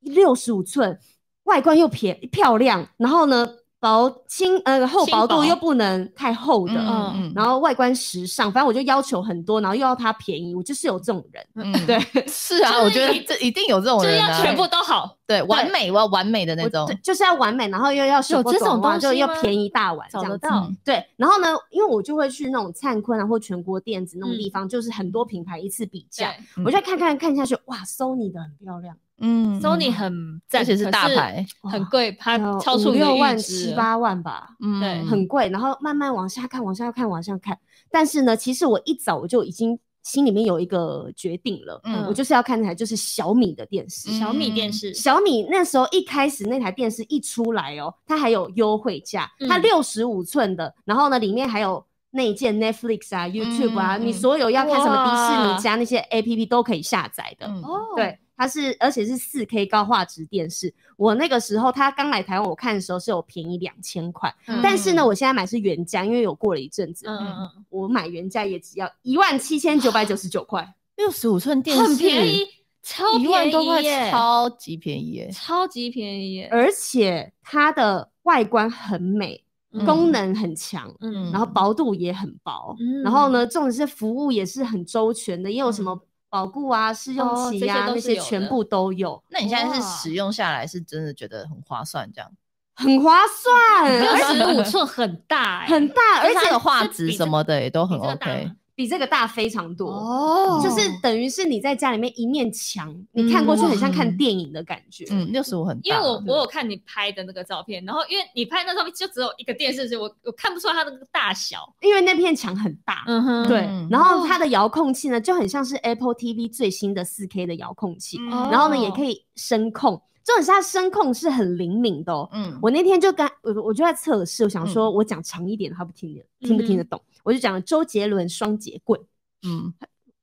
六十五寸，外观又便漂亮，然后呢薄轻呃厚轻薄度薄又不能太厚的，嗯然后外观时尚，反正我就要求很多，然后又要它便宜，我就是有这种人。嗯对， (laughs) 是啊，我觉得这一定有这种就是人、要啊，全部都好。对完美，我要完美的那我种对，就是要完美，然后又要手有工这种短袜东啊就西又吗便宜大碗这找样得子。到嗯对，然后呢，因为我就会去那种灿坤啊或全国电子那种地嗯方，就是很多品牌一次比价，对我就看看看下去，哇，Sony 的很漂亮，嗯，Sony 很赞，而且是大可牌，很贵，它呃超出五你的六万、预值七了八万吧。嗯对很贵，然后慢慢往下看，往下看，往下看。但是呢，其实我一早我就已经心里面有一个决定了，嗯我就是要看那台就是小米的电视。小米嗯电视，小米那时候一开始那台电视一出来哦，它还有优惠价，它嗯六十五寸的，然后呢里面还有内建 Netflix 啊、YouTube 啊，嗯你所有要看什么迪士哇尼加那些 APP 都可以下载的。嗯哦，对，它是而且是四 K 高画质电视。我那个时候它刚来台湾，我看的时候是有便宜两千块，嗯但是呢，我现在买是原价，因为有过了一阵子，嗯嗯嗯，我买原价也只要一万七千九百九十九块。六十五寸电视嗯很便宜，，超一万便多宜块，耶，超级便宜耶。超级便宜耶，而且它的外观很美，嗯功能很强，嗯然后薄度也很薄，嗯 (laughs) 嗯然后呢，重点是服务也是很周全的，也有什么保固啊、试用哦期这些啊、都那是些有全的部都有，那你现在是哇使用下来是真的觉得很划算，这样很划算，六而十五寸很大、欸，很大，而而且它的且画质什么的也都很比这个大 OK。比这个大非常多。哦就是等于是你在家里面一面墙，你看过去很像看嗯电影的感觉。嗯，六十五很大，因为我对我有看你拍的那个照片，然后因为你拍那照片就只有一个电视机，我我看不出它的那个大小。因为那片墙很大。嗯哼对嗯，然后它的遥控器呢，就很像是 Apple TV 最新的 4K 的遥控嗯器，哦然后呢也可以声控，重点是它声控是很灵敏的哦。嗯，我那天就跟我我就在测试，我想嗯说我讲长一点，他不听得听不听嗯得懂，我就讲了周杰伦双节棍，嗯，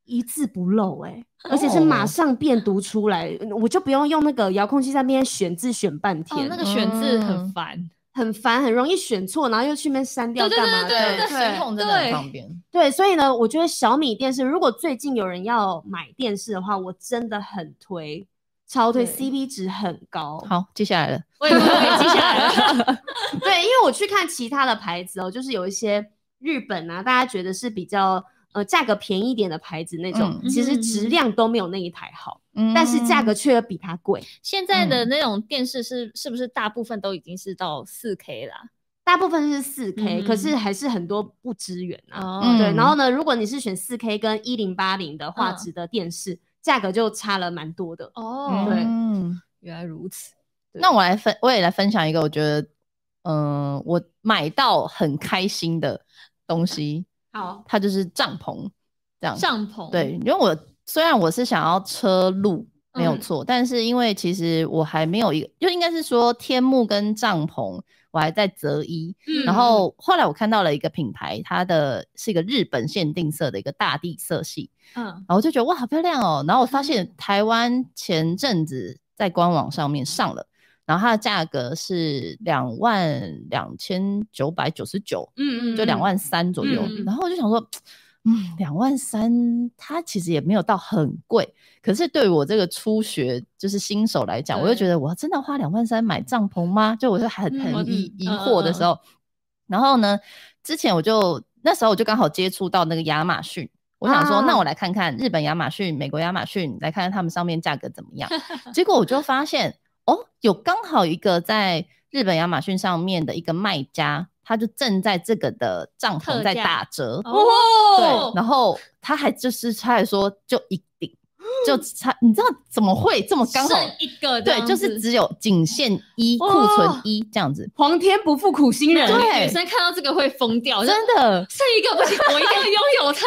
一字不漏哎、而且哦是马上辨读出来，我就不用用那个遥控器在那边选字选半哦天，，那个选字很烦。很烦，很容易选错，然后又去那边删掉对干嘛的？对对声控真的很对方便。对，所以呢，我觉得小米电视，如果最近有人要买电视的话，我真的很推，超推对，CP 值很高。好，接下来了， (laughs) 我也我也记下来 (laughs) 了。对，因为我去看其他的牌子哦，就是有一些日本啊，大家觉得是比较呃价格便宜一点的牌子那种，嗯其实嗯质嗯量都没有那一台好，嗯但是价格却比它贵。现在的那种电视是是不是大部分都已经是到四 K 啊啦？大部分是四 K，、可是嗯还是很多不支援啊。哦嗯对，然后呢，如果你是选四 K 跟一零八零的画嗯质的电视，价格就差了蛮多的。哦，对嗯原来如此。那我来分，我也来分享一个，我觉得，嗯、我买到很开心的东西，好，它就是帐篷，这样。帐篷对，，因为我虽然我是想要车路没有嗯错，但是因为其实我还没有一个，就应该是说天幕跟帐篷，我还在择一。嗯然后后来我看到了一个品牌，它的是一个日本限定色的一个大地色系，嗯，然后我就觉得哇，好漂亮哦。然后我发现台湾前阵子在官网上面上了，然后它的价格是两万两千九百九十九，嗯就两万三左右。嗯然后我就想说，嗯，两万三它其实也没有到很贵，可是对我这个初学就是新手来讲，我就对觉得我真的花两万三买帐篷吗？就我就很嗯我很疑嗯疑嗯惑的嗯时候。然后呢，之前我就那时候我就刚好接触到那个亚马逊。我想说，啊那我来看看日本亚马逊、美国亚马逊，来看看他们上面价格怎么 (laughs) 样。结果我就发现，哦，有刚好一个在日本亚马逊上面的一个卖家，他就正在这个的帐篷特在价打折，哦对，，然后他还就是他还说就一顶， (gasps) 就差，你知道怎么会这么刚好？剩一个这对，样子，就是只有仅限一哇库存一这样子，皇天不负苦心人，对女生看到这个会疯掉，就真的剩一个不行，我一定要拥 (laughs) 有它。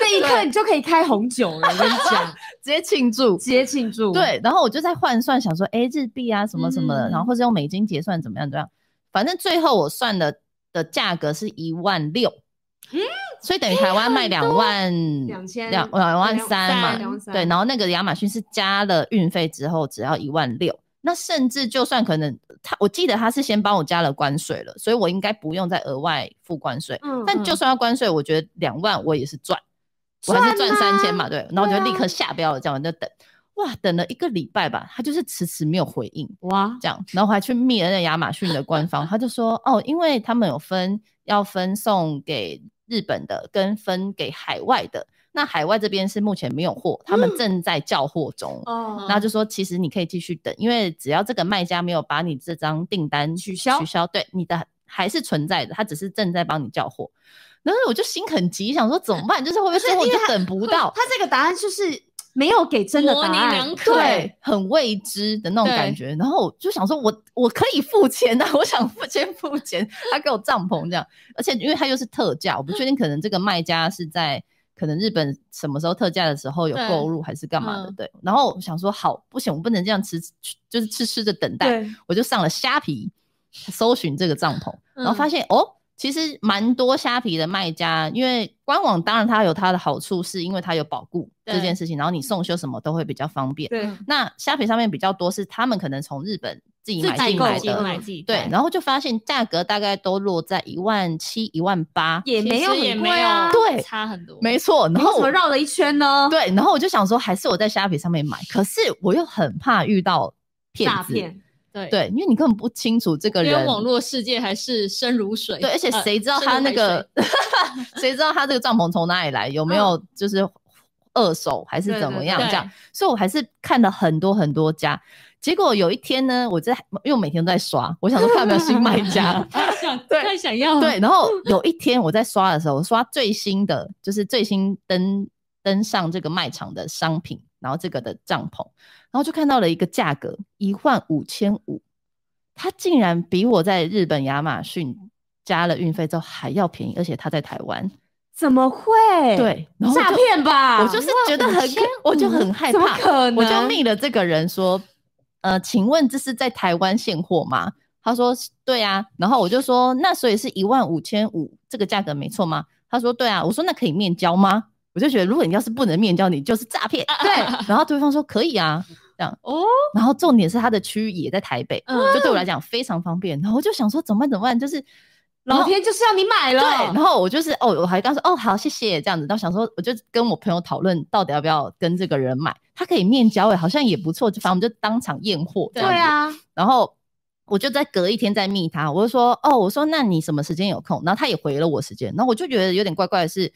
那一刻你就可以开红酒了。我跟你讲，直接庆祝直。接庆祝。，对，然后我就在换算，想说，哎，日币啊什么什么的，嗯然后或者用美金结算怎么样怎么样，反正最后我算的的价格是一万六，嗯所以等于台湾卖两万两千两两万三三嘛，两万三对，然后那个亚马逊是加了运费之后只要一万六，那甚至就算可能他，我记得他是先帮我加了关税了，所以我应该不用再额外付关税。嗯但就算要关税，我觉得两万我也是赚，我还是赚赚啊三千嘛，对。然后我就对啊立刻下标了，这样我就等，哇，等了一个礼拜吧，他就是迟迟没有回应。哇，这样，然后我还去密了那亚马逊的官方，他就说哦，因为他们有分要分送给日本的跟分给海外的，那海外这边是目前没有货，他嗯们正在叫货中。哦，然后就说，其实你可以继续等，因为只要这个卖家没有把你这张订单取消取消对你的还是存在的，他只是正在帮你叫货。然后我就心很急，想说怎么办？就是会不会最后我就等不到？他这个答案就是没有给真的答模棱案两，可对，很未知的那种感对觉。然后我就想说我，我可以付钱的、我想付先付钱。他给我帐篷这样，而且因为它又是特价，我不确定可能这个卖家是在可能日本什么时候特价的时候有对购入还是干嘛的，嗯对。然后我想说，好，不行，我不能这样吃，就是痴痴的等待，对，我就上了虾皮搜寻这个帐篷，然后嗯发现、哦。其实蛮多虾皮的卖家，因为官网当然它有它的好处，是因为它有保固这对件事情，然后你送修什么都会比较方便。对嗯那虾皮上面比较多是他们可能从日本自己自买己进来自己的，买自己对带，然后就发现价格大概都落在一万七、一万八，也没有其实也很没贵啊有，对差很多，没错。然你后为什么绕了一圈呢？对，然后我就想说，还是我在虾皮上面买，可是我又很怕遇到骗诈子，骗，对，对，因为你根本不清楚这个因为人，网络世界还是深如水，对，而且 (laughs) 呃 (laughs) 谁知道他那个，，谁知道他这个帐篷从哪里来，有没有就是二手还是嗯对怎对么对样这样对。。所以我还是看了很多很多家。结果有一天呢，我在因为我每天都在刷，我想说看有没有新卖家太想对太想嗯要了对，然后有一天我在刷的时候，我刷最新的，就是最新登登上这个卖场的商品，然后这个的帐篷，然后就看到了一个价格一万五千五，它竟然比我在日本亚马逊加了运费之后还要便宜，而且它在台湾。怎么会？，对，然后我诈就骗吧？我就是觉得很，我就很害怎么怕，可能？我就密了这个人说，呃，请问这是在台湾现货吗？他说对啊，然后我就说那所以是一万五千五这个价格没错吗？他说对啊，我说那可以面交吗？我就觉得如果你要是不能面交，你就是诈骗。 (laughs) 对，然后对方说可以啊，哦，然后重点是他的区域也在台北，嗯就对我来讲非常方便。然后我就想说怎么办怎么办，就是老天就是要你买对，了然。后我就是哦，我还刚说哦好，谢谢这样子，然后想说我就跟我朋友讨论到底要不要跟这个人买，他可以面交诶、好像也不错，就反正我们就当场验货这对样子。啊，然后我就在隔一天再密他，我就说哦，我说那你什么时间有空？然后他也回了我时间，然后我就觉得有点怪怪的是，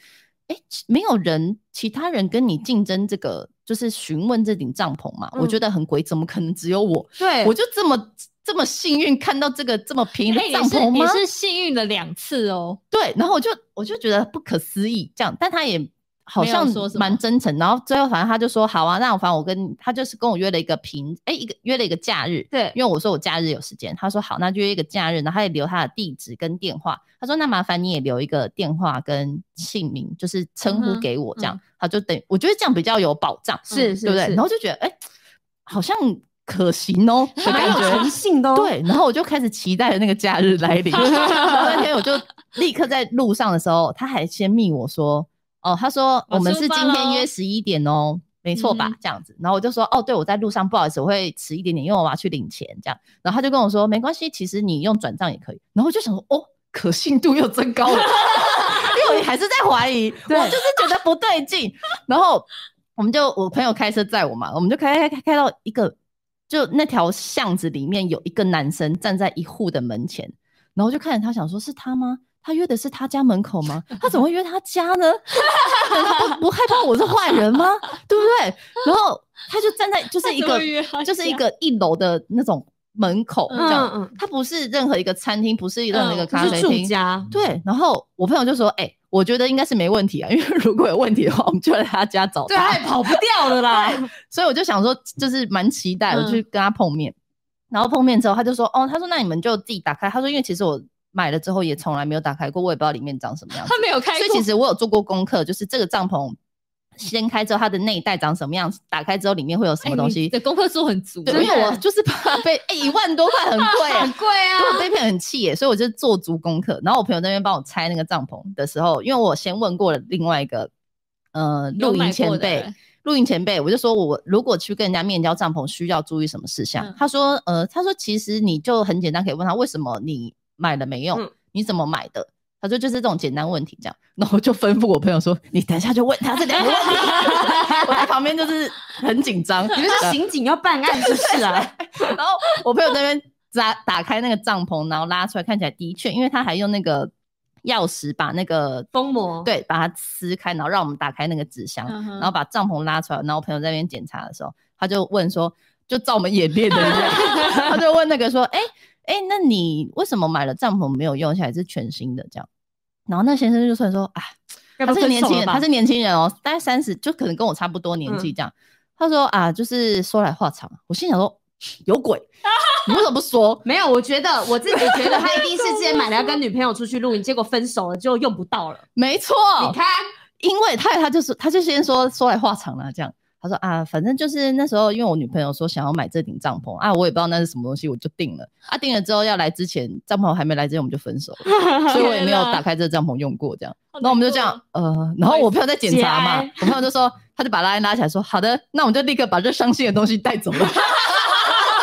哎，没有人其他人跟你竞争这个，就是询问这顶帐篷嘛，我嗯觉得很鬼，怎么可能只有我？对，我就这么。这么幸运看到这个这么便宜的哎，帐你是篷吗？你是幸运了两次哦，对，然后我就我就觉得不可思议，这样，但他也好没有像说什么蛮真诚，然后最后反正他就说好啊，那我反正我跟你他就是跟我约了一个平，哎、一个约了一个假日，对因为我说我假日有时间，他说好，那就约一个假日，然后他也留他的地址跟电话，他说那麻烦你也留一个电话跟姓名，就是称嗯呼哼给我这样，嗯他就等，我觉得这样比较有保障，是嗯是对不对？是然后就觉得哎、好像可行 (laughs) 哦、的蛮感有觉诚信的哦。对，然后我就开始期待那个假日来临。那天我就立刻在路上的时候，他还先密我说：“哦，他说我我们出是发今天咯约十一点哦，没错吧嗯？”这样子，然后我就说：“哦，对，我在路上，不好意思，我会迟一点点，因为我要去领钱。”这样，然后他就跟我说：“没关系，其实你用转账也可以。”然后我就想说：“哦，可信度又增高了。” (laughs) 因为我还是在怀疑，我对就是觉得不对劲。然后我们就我朋友开车载我嘛，我们就开开开开到一个，就那条巷子里面有一个男生站在一户的门前，然后就看着他，想说是他吗？他约的是他家门口吗？他怎么会约他家呢？ (laughs) 难道不不害怕我是坏人吗？对不对？然后他就站在 (laughs) 就是一他怎个么约他就是一家个一楼的那种门口这样，嗯嗯他不是任何一个餐厅，不是任何一个嗯就咖是啡住厅，家，对，然后我朋友就说：“哎、我觉得应该是没问题啊，因为如果有问题的话，我们就来他家找对，他他。也跑不掉的啦。 (laughs) 所以我就想说，就是蛮期待嗯我去跟他碰面。然后碰面之后，他就说：“哦，他说那你们就自己打开。”他说：“因为其实我买了之后也从来没有打开过，我也不知道里面长什么样 (laughs) 子。他没有开所过，以其实我有做过功课，就是这个帐篷掀开之后，它的内袋长什么样子，打开之后里面会有什哎么东你西。的功课做很足，啊对，因啊为 (laughs) 我就是 (laughs) 怕被哎一、万多块很贵、啊，很贵啊 (laughs) 对，我被骗很气耶，所以我就做足功课。然后我朋友在那边帮我拆那个帐篷的时候，因为我先问过了另外一个呃露营前辈，露营前辈，我就说我如果去跟人家面交帐篷，需要注意什么事项？嗯他说呃，他说其实你就很简单，可以问他为什么你买了没用，嗯你怎么买的。他说就是这种简单问题这样，然后我就吩咐我朋友说，你等一下就问他这两个问题。 (laughs) 我在旁边就是很紧张，你们是刑警要办案是不是啊？ (laughs) 然后我朋友在那边打打开那个帐篷，然后拉出来，看起来的确，因为他还用那个钥匙把那个封膜，对把它撕开，然后让我们打开那个纸箱，嗯哼然后把帐篷拉出来。然后我朋友在那边检查的时候，他就问说，就照我们演练的 (laughs) 一样，他就问那个说，哎、哎、那你为什么买了帐篷没有用，而且还是全新的这样？然后那先生就算说，哎，要他不是个分年手轻人，了吧他是年轻人哦，大概三十，就可能跟我差不多年嗯纪这样。他说啊，就是说来话长，啊我心想说有鬼， (laughs) 你为什么不说？没有，我觉得我自己觉得他一定是之前买了要跟女朋友出去露营，结果分手了就用不到了。没错，你看，因为他他就是他就先说说来话长了这样。他说啊，反正就是那时候，因为我女朋友说想要买这顶帐篷啊，我也不知道那是什么东西，我就定了。啊，定了之后要来之前，帐篷还没来之前我们就分手 (laughs) 了，所以我也没有打开这个帐篷用过这样。那我们就这样，呃，然后我朋友在检查嘛节哀，我朋友就说，他就把拉链拉起来说，好的，那我们就立刻把这伤心的东西带走了。 (laughs) 然后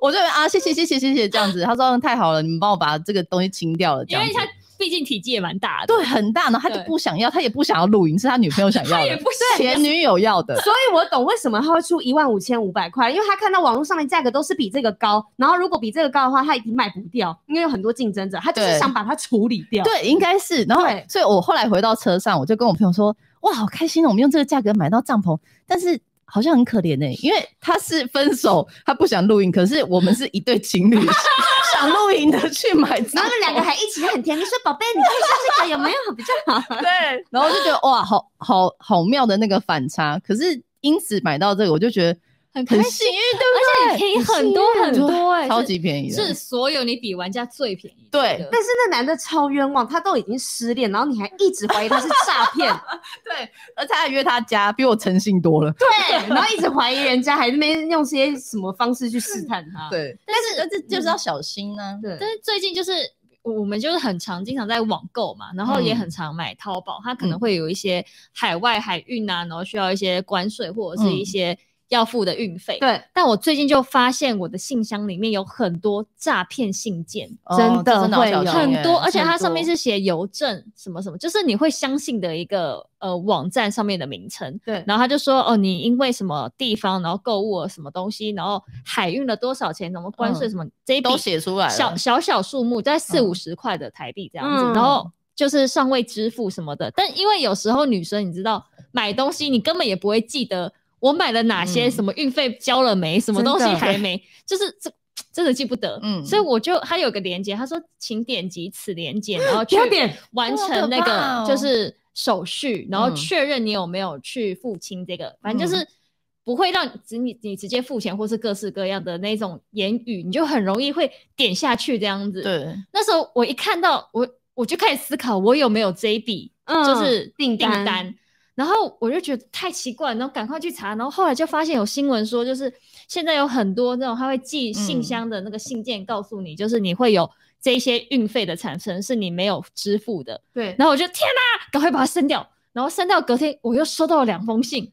我就啊，谢谢谢谢谢谢这样子，他说嗯太好了，你们帮我把这个东西清掉了，这因样为子他毕竟体积也蛮大的，对很大呢，然后他就对不想要，他也不想要露营，是他女朋友想要他的，也不想前女友要的，所以我懂为什么他会出一万五千五百块，因为他看到网络上的价格都是比这个高，然后如果比这个高的话，他一定卖不掉，因为有很多竞争者，他就是对想把它处理掉。对，应该是。然后对，所以我后来回到车上，我就跟我朋友说，哇，好开心哦，我们用这个价格买到帐篷，但是好像很可怜呢、因为他是分手，他不想露营，可是我们是一对情侣 (laughs) 想露营的去买帐篷，然后他们两个还一起很甜蜜，说宝贝，你看一下这个有没有比较好？啊对，然后就觉得哇，好好好妙的那个反差。可是因此买到这个，我就觉得很开很心幸运，对而且便宜很多很多哎、不对？超级便宜的，是所有你比玩家最便宜的。对但是那男的超冤枉，他都已经失恋，然后你还一直怀疑他是诈骗，对，而且还约他家，比我诚信多了。对， (laughs) 然后一直怀疑人家，还没用些什么方式去试探他。，对，但是但是就是嗯要小心啊呢、对但是最近就是我我们就是很常经常在网购嘛，然后也嗯很常买淘宝，它可嗯能会有一些海外海运啊，然后需要一些关税或者是一嗯些要付的运费。对，但我最近就发现我的信箱里面有很多诈骗信件，哦真的这要会有小心很欸多，而且它很上面多是写邮政什么什么，就是你会相信的一个呃网站上面的名称。对然后他就说哦，你因为什么地方，然后购物了什么东西，然后海运了多少钱，什么关税嗯什么，这一笔都写出来了。嗯小小小数目，在四五十块的台币这样子，嗯然后就是尚未支付什么的。但因为有时候女生你知道买东西，你根本也不会记得我买了哪些，嗯什么运费交了没，什么东西真的还没，就是这。真的记不得，嗯所以我就他有个连接，他说请点击此连接，(laughs) 然后去要点完哇好可成那怕个哦就是手续，然后嗯确认你有没有去付清这个，反正就是不会让只你你直接付钱或是各式各样的那种言语，你就很容易会点下去这样子。，对，那时候我一看到我我就开始思考我有没有这一笔嗯就是订订单单。然后我就觉得太奇怪，然后赶快去查，然后后来就发现有新闻说，就是现在有很多那种他会寄信嗯箱的那个信件告诉你，就是你会有这些运费的产生是你没有支付的，对，然后我就天哪、赶快把它删掉，然后删掉隔天我又收到了两封信，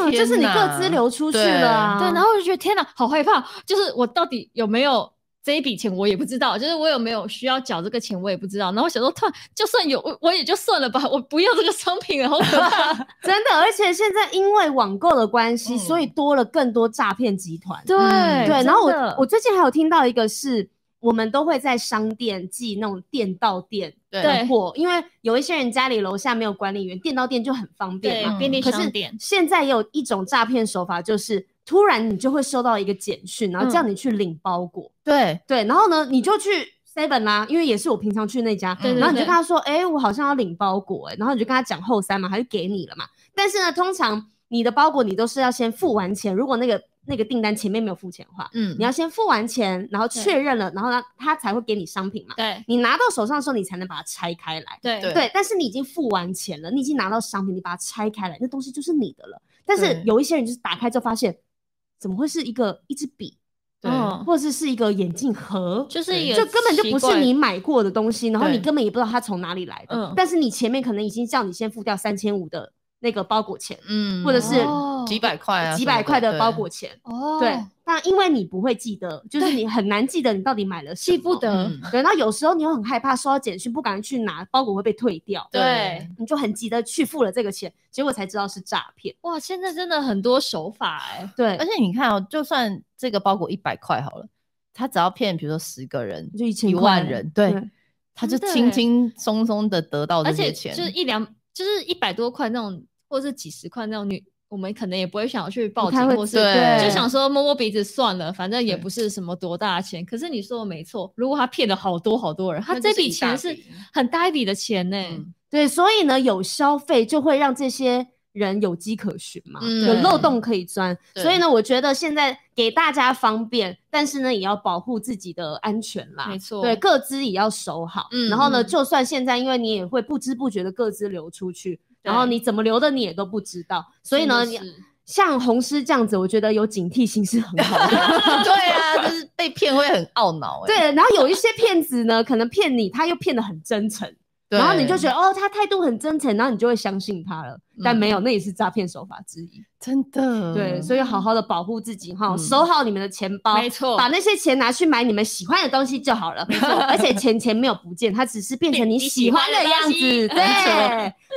嗯，就是你天各哪自流出去了啊，对，然后我就觉得天哪，好害怕，就是我到底有没有这一笔钱，我也不知道，就是我有没有需要缴这个钱，我也不知道。然后我想说，突然就算有，我我也就算了吧，我不要这个商品了，好可 (laughs) 怕。真的，而且现在因为网购的关系，嗯所以多了更多诈骗集团。对、嗯对，然后我我我最近还有听到一个是，我们都会在商店寄那种店到店对的货，因为有一些人家里楼下没有管理员，店到店就很方对便嘛。便利嗯可是商店，现在也有一种诈骗手法，就是突然你就会收到一个简讯，然后嗯叫你去领包裹，对，对，然后呢你就去。seven 啦、因为也是我平常去那家，对对然后你就对跟他说，哎、我好像要领包裹、哎，然后你就跟他讲后三嘛，他就给你了嘛。但是呢，通常你的包裹你都是要先付完钱，如果那个那个订单前面没有付钱的话，嗯你要先付完钱，然后对确认了，然后呢，他才会给你商品嘛。对你拿到手上的时候，你才能把它拆开来。对对对，但是你已经付完钱了，你已经拿到商品，你把它拆开来，那东西就是你的了。但是对有一些人就是打开就发现，怎么会是一个一支笔，对嗯或者是一个眼镜盒，就是对也就根本就奇不是怪你买过的东西，然后你对根本也不知道它从哪里来的嗯。但是你前面可能已经叫你先付掉三千五的那个包裹钱，嗯或者是哦几百块啊，几百块什的么包裹钱。哦，对，但因为你不会记得，就是对你很难记得你到底买了什么，记不得，嗯对，那有时候你又很害怕收到简讯，不敢去拿，包裹会被退掉，对对你就很急的去付了这个钱，结果才知道是诈骗。哇，现在真的很多手法哎、对，而且你看哦，就算这个包裹一百块好了，他只要骗，比如说十个人、就一千一万块人，对，他就真的轻欸轻松松的得到这而哦些且钱， (laughs) 就是一两，就是一百多块那种，或是几十块那种女，我们可能也不会想要去报不太警，会或是知对就想说摸摸鼻子算了，反正也对不是什么多大的钱。可是你说的没错，如果他骗了好多好多人，他那这就是笔一大钱是笔很大一笔的钱呢、嗯对，所以呢，有消费就会让这些人有迹可循嘛，嗯有啊对漏洞可以钻。对所以呢，我觉得现在给大家方便，但是呢，也要保护自己的安全啦。没错对，各自也要守好。嗯然后呢，嗯就算现在，因为你也会不知不觉的各自流出去，然后对你怎么流的你也都不知道，所以呢，真的你是像红师这样子，我觉得有警惕心是很好 (laughs) 的。对啊，就是被骗会很懊恼、欸，对，然后有一些骗子呢，可能骗你，他又骗得很真诚，对，然后你就觉得哦，他态度很真诚，然后你就会相信他了。但没有，那也是诈骗手法之一。真的对，所以好好的保护自己哈，嗯守好你们的钱包，没错把那些钱拿去买你们喜欢的东西就好了。而且钱钱没有不见，它只是变成你你喜喜欢欢的的样东子。西对，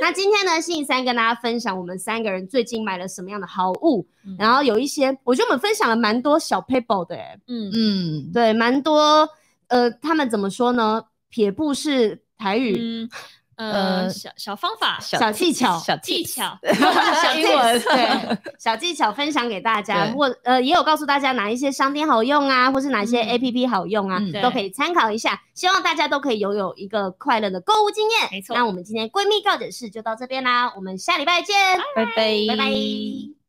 那今天呢，信三跟大家分享我们三个人最近买了什么样的好物，嗯然后有一些，我觉得我们分享了蛮多小 paper 的、欸，嗯，嗯，对，蛮多。呃，他们怎么说呢？撇步是台语，嗯，呃呃小小方法、小技巧小技巧，小英文 tips，对，小技巧分享给大家，对或呃也有告诉大家哪一些商店好用啊，或是哪些嗯 A P P 好用啊，嗯都可以参考一下。希望大家都可以拥有一个快乐的购物经验。没错那我们今天闺蜜告解室就到这边啦，我们下礼拜见，拜拜，拜拜